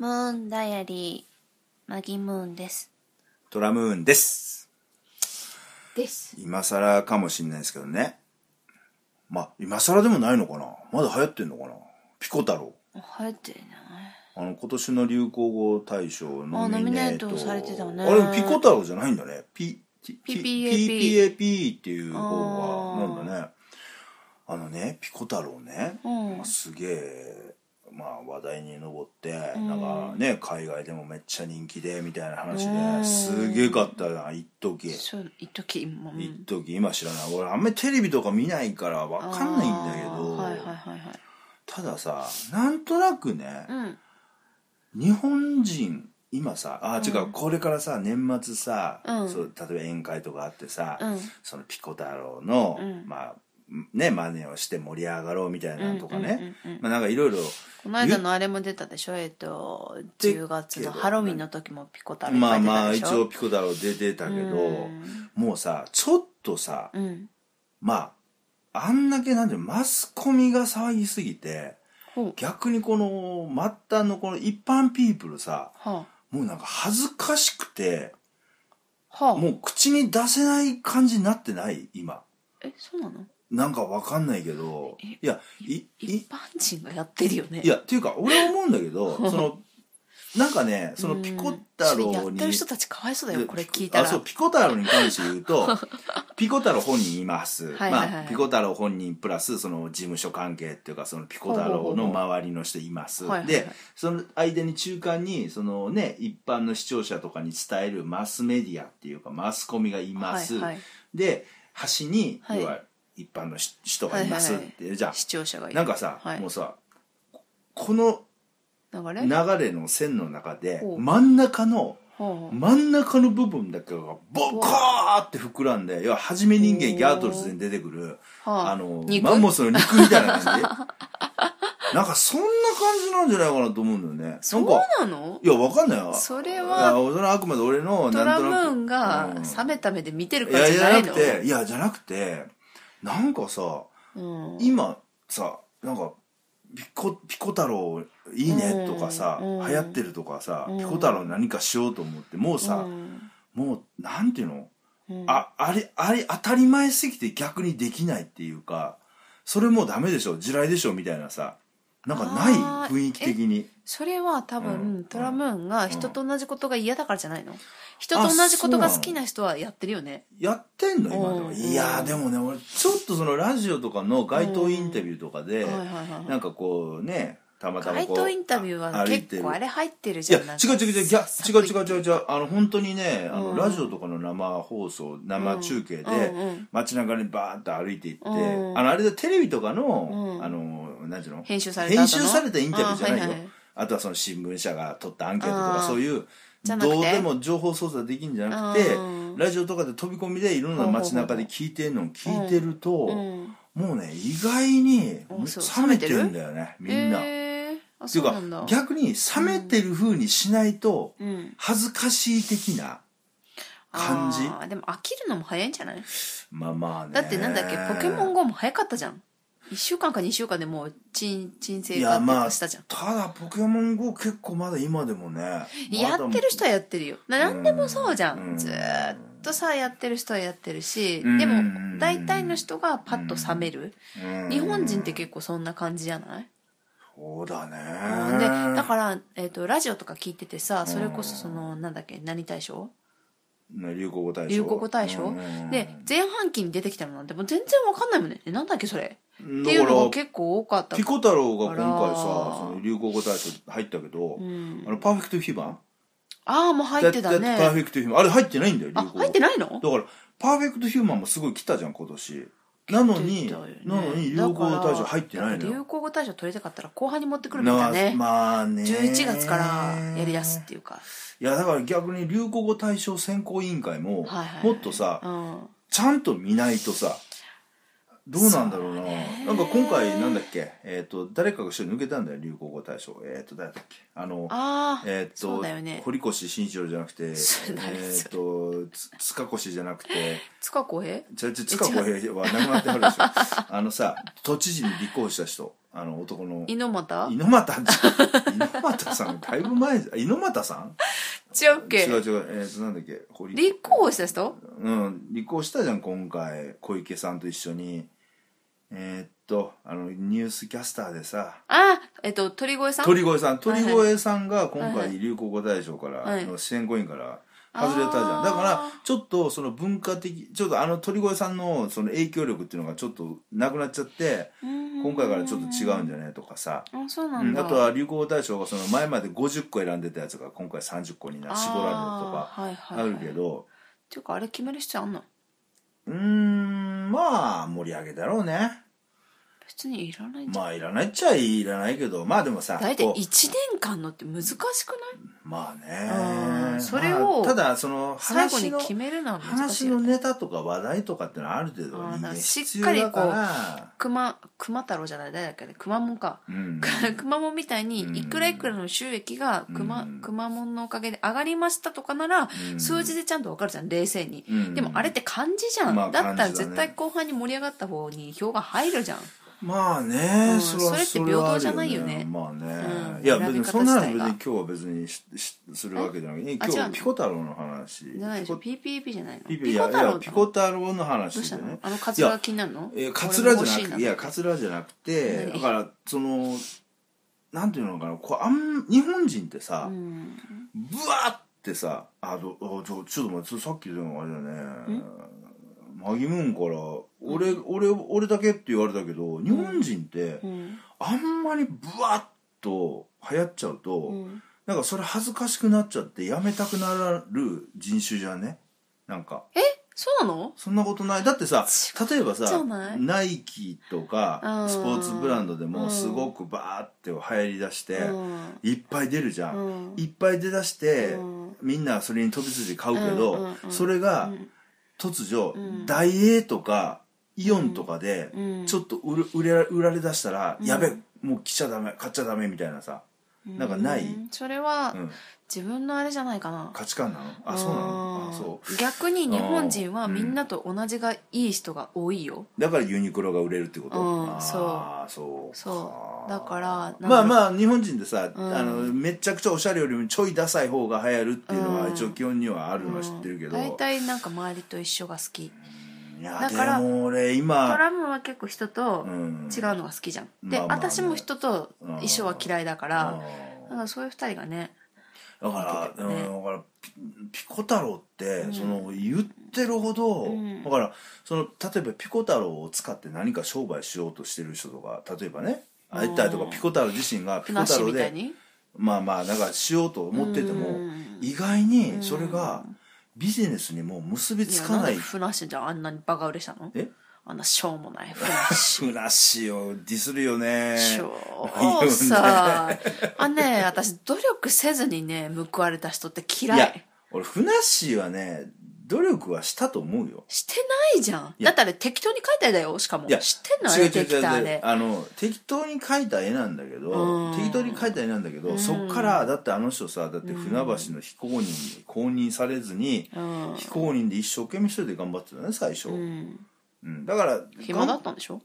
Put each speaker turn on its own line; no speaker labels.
ーンダイアリー、マギムーンです。
ドラムーンです。
です。
今更かもしんないですけどね。まあ、今更でもないのかなまだ流行ってんのかなピコ太郎。
流行ってない。
あの、今年の流行語大賞の
あ
ミネー
ノミネートされてたね
あれ、ピコ太郎じゃないんだね。P、T- P-
PPAP
PPAP っていう方
あ
が、な
ー
んだね。あのね、ピコ太郎ね。
うん
まあ、すげえ、まあ、話題に上って、
うん
なんかね、海外でもめっちゃ人気で、みたいな話
うん
で、すげえかったな、一時。
そう、一時も。うん
一時今知らない俺あんまりテレビとか見ないからわかんないんだけ
あ
ど、
ーはいはいはいはい。
たださなんとなくね、
うん。
日本人今さあー違う、これからさ年末さ、
うん
そう例えば宴会とかあってさ、
うん
そのピコ太郎の、
うん
まあね真似をして盛り上がろうみたいなのとかね、
うんうんうんうん
まあなんかいろいろ
この間のあれも出たでしょえっと、
で
10月のハロウィンの時もピコ太郎
まあま
書い
あ
て
一
たでしょ
応ピコ太郎出てたけど、
うん
もうさちょっとさ、
うん。
まああんだけなんていうのマスコミが騒ぎすぎて
ほう。
逆にこの末端のこの一般ピープルさ
は
もうなんか恥ずかしくて
あ。はあ。
もう口に出せない感じになってない今
え、そうなの
なんかわかんないけどいやいい
一般人がやってるよね。
いやっていうか俺思うんだけ どそのなんかねそのピ
う
コ太
んそれ
郎
やっ
に
てる人たちかわいそうだよ、これ聞いた
あ
ら。
そうピコ太郎に関して言う とピコ太郎本人います、
はいはいはい
まあ、ピコ太郎本人プラスその事務所関係っていうかそのピコ太郎の周りの人います、
ほうほうほうはいはい
で
はい
その間に中間にそのね一般の視聴者とかに伝えるマスメディアっていうかマスコミがいます、
はいはい
で端に、
はい
要は一般のし人がいますって、じゃ
視聴者が
あ
いる。
なんかさ、
はい
もうさこの
流れ
流れの線の中で
ほう
真ん中の
はあ
真ん中の部分だけがボコーって膨らんで要ははじめ人間ギャートルズに出てくる
はあ
あの
肉
マンモスの肉みたいな感じ なんかそんな感じなんじゃないかなと思うんだよね
そう
なんか
なの
いやわかんないよ
それ
いや
は、
それはあくまで俺の
ド
な
ラ
んと
ム
なく
ーンが
うん
冷めた目で見てる
い
感
や
じ
じ
じ
ゃ
ゃな
ない
の
くていやじゃなくてなんかさ
うん
今さなんかピコピコ太郎いいねとかさ、
うん
流行ってるとかさ、
うん
ピコ太郎何かしようと思ってもうさ
う、ん
もうなんていうの
うん
ああれあれ当たり前すぎて逆にできないっていうかそれもうダメでしょ地雷でしょみたいなさなんかない
あー
雰囲気的に
それは多分、
うん
ドラムーンが人と同じことが嫌だからじゃないの、人と同じことが好きな人はやってるよね
やってんの今で
う
も
ん
いやーでもね俺ちょっとそのラジオとかの街頭インタビューとかで、
はいはいはいは
ないんかこうねたまたま
街
こう
頭インタビューは
歩いて
結
る
構あれ入ってる
い
じ
や
ゃんなんか
違う違う違ういや違う違う違う違うあの本当にねあの、
うん
ラジオとかの生放送生中継で、
うんうん
街中にバーッと歩いていって、
うん
あのあれでテレビとかの、
うん
あの何ていうの
編集された後の
編集されたインタビューじゃないよあ,、
あはいはい
とはその新聞社が取ったアンケートと
あ
か
ー
そういう
じゃなくて
どうでも情報操作できるんじゃなくて
うん
ラジオとかで飛び込みでいろんな街中で聞いてるのを聞いてると、
うん
もうね意外に
おそう
冷めてるんだよねみんな。
えー、あ
ってい
そううなんだ
か逆に冷めてる風にしないと
うん
恥ずかしい的な感じ、
あーでも飽きるのも早いんじゃない
まあまあね
だってなんだっけポケモン GO も早かったじゃん1週間か2週間でもう鎮鎮静
い
化っ
や
ていう
ま
か
あ
したじゃん
ただポケモン GO 結構まだ今でもね
やってる人はやってるよな何でもそうじゃ
うん
んずーっとさやってる人はやってるし
うん
でも大体の人がパッと冷める日本人って
構
結構そんな感じじゃない
そうだね
でだから、えー、とラジオとか聞いててさそれこそそのなんだっけ何大賞
ら流行語大賞
流行語大賞
うん
で前半期に出てきたのなんてもう全然わかんないもんねえなんだっけそれ
うん
っていうのが
だか
結構多かった
らピコ太郎が今回
あら
さその流行語大賞入ったけど、
うん
あのパーフェクトフィーバー
ああもう入ってた
だパーフ
ね
ェクトヒューマンあれ入ってないんだよ流
あ
行語
入ってないの
だから、パーフェクトヒューマンもすごい来たじゃん、今年。なのに、
入ってた
な
よね
のに、流行語大賞入って
だから
ない
だか
の
ら流
よ。
行語大賞取りたかったら後半に持ってくるみたいね、
まあね。
11月からやりだすっ。ていうか、
いや、だから逆に流行語大賞選考委員会も、
はいはい
もっとさ、
うん、
ちゃんと見ないとさ、どうなんだろうな
ね
なんか今回なんだっけえっ、と誰かが一人抜けたんだよ流行語大賞えっ、と誰だっけあの
ああ、
えっ、
そう
と、
だよね
堀越新一郎じゃなくてえっ、
そうだね
とつ塚越じゃなくて
塚公平
ちゃちゃ塚越平は亡くなってはる でしょあのさ都知事に立候補した人あの男の
猪俣
猪俣ちゃん猪俣さんだいぶ前じゃ猪俣さん
違うっけ
違う違うえっ、となんだっけ堀
立候補した人
うん、離婚したじゃん今回小池さんと一緒にえーっとあのニュースキャスターでさ
ああ、えっと、鳥越さん
鳥越さん
は
鳥
いはい
越さんが今
はいは
回流行語大賞から、
はい
あの支援コインから外れたじ
あ
ゃん
ー
だからちょっとその文化的ちょっとあの鳥越さんのその影響力っていうのがちょっとなくなっちゃって今
今
回からちょっと違うんじゃねとかさ
あそうな
うんん、
だ、
あとは流行語大賞がその前まで50個選んでたやつが今回30個にな絞られるとか
あーはいはい
あ
はい
るけど、
っていうかあれ決める必要あんの
うーんまあ盛り上げだろうね
別にいらないんじゃん、
まあいらないっちゃいらないけどまあでもさ
大体
こう
1年間のって難しくない
まあ
う
ね
んそれを
まあただその
最後
話
に
の
決めるのは難し
話
いよ
の
ね
ネタとか話題とかってのはある程
あー
度
だか
人間
ら
必要だから
熊熊太郎じゃない誰だっけね熊門か
う ん、
熊門みたいに
うん
いくらいくらの収益が熊,、
うん
熊門のおかげで上がりましたとかなら、
うん
数字でちゃんと分かるじゃん冷静に、
うん
でもあれって漢字じゃん、
まあ
だったら
漢字だね
絶対後半に盛り上がった方に票が入るじゃん
まあね、
うん
は
それって平等じゃないよね
それはあるよねまあ
う
ね、
ん
いや別にそんなの別
選び方
に今
自
日は別にししするわけじゃなくて今
あ違う
日
の
ピコ太郎の話
じゃないでしょ
ピコ
PPP じゃないの
ピコいやいやピ
だ
コ太郎の話
どうした
で
の
ね
あのカツラが気になるの
えーカツラ
俺も
じゃ
欲し
なく
な
ていやカツラじゃなくて
何
だからそのなんていうのかなこうあん日本人ってさ、
うん
ブワーってさあどあちょちょっと待ってさっきでもあれだねマギムーンから俺,、俺俺だけって言われたけど日本人って
うん
あんまりブワッと流行っちゃうと、
うん
なんかそれ恥ずかしくなっちゃってやめたくなる人種じゃねなんか
えそうなの
そんなことないだってさ例えば
じゃ
さ
ない
ナイキとか
うん
スポーツブランドで
うん
もすごくバーって流行りだして、
うん
いっぱい出るじゃん、
うん
いっぱい出だして、
うん
みんなそれに飛びついて買うけど、
うんうんうん
それが
うん
突如、
うん
ダイエーとかイオンとかで
うん
ちょっと売れ売れ売られだしたら、
うん
やべもう来ちゃダメ買っちゃダメみたいなさ、なんかない
うんそれは
うん、
自分のあれじゃないかな
価値観なのあそうなのあそう
逆に日本人は
うん
みんなと同じがいい人が多いよ
うだからユニクロが売れるってこと、
うん
あーそう
そう
か
だから
まあ
あ
まあ日本人でさ、
うん
あのめちゃくちゃおしゃれよりもちょいダサい方が流行るっていうのは
うん
一応基本にはあるのは知ってるけど、
大体なんか周りと一緒が好き
いや
だから
でも俺
ト
今、
ラムは結構人と
うん
違うのが好きじゃんで
まあまあね
私も人と一緒は嫌いだからだからそういう二人がね
だから、
ね
うん、だからピピコ太郎って、
うん
その言ってるほど、
うん
だからその例えばピコ太郎を使って何か商売しようとしてる人とか例えばねあいたりとか
うん
ピコ太郎自身がピ
ふ
コ
なっし
太
ー
郎
みたい
で
に
まあまあなんかしようと思ってて
う
も
ん
意外にそれがビジネスにもう結びつかない
やんでふなっしーじゃんあんなにバカ売れしたの
え
あんなしょうもないふなっ しー
ふなっしーをディスるよね
しょうさあね私努力せずにね報われた人って嫌い
いや俺ふなっしーはね努力はしたと思うよ
してないじゃん
い
だ
や
ってあれ適当に書いた絵だよしかも
いや
知ってんのあ
違う
れ
違う
適
違う
当あ
違う
れ
あの適当に描いた絵なんだけ
う
ど
ん
適当に描いた絵なんだけど、
うん
そっからだってあの人さだって船橋の非公認に公認されずに、
うん
非公認で一生懸命一人で頑張ってたね最初、
う
うん
ん
だから
暇だ
が
ったんでしょ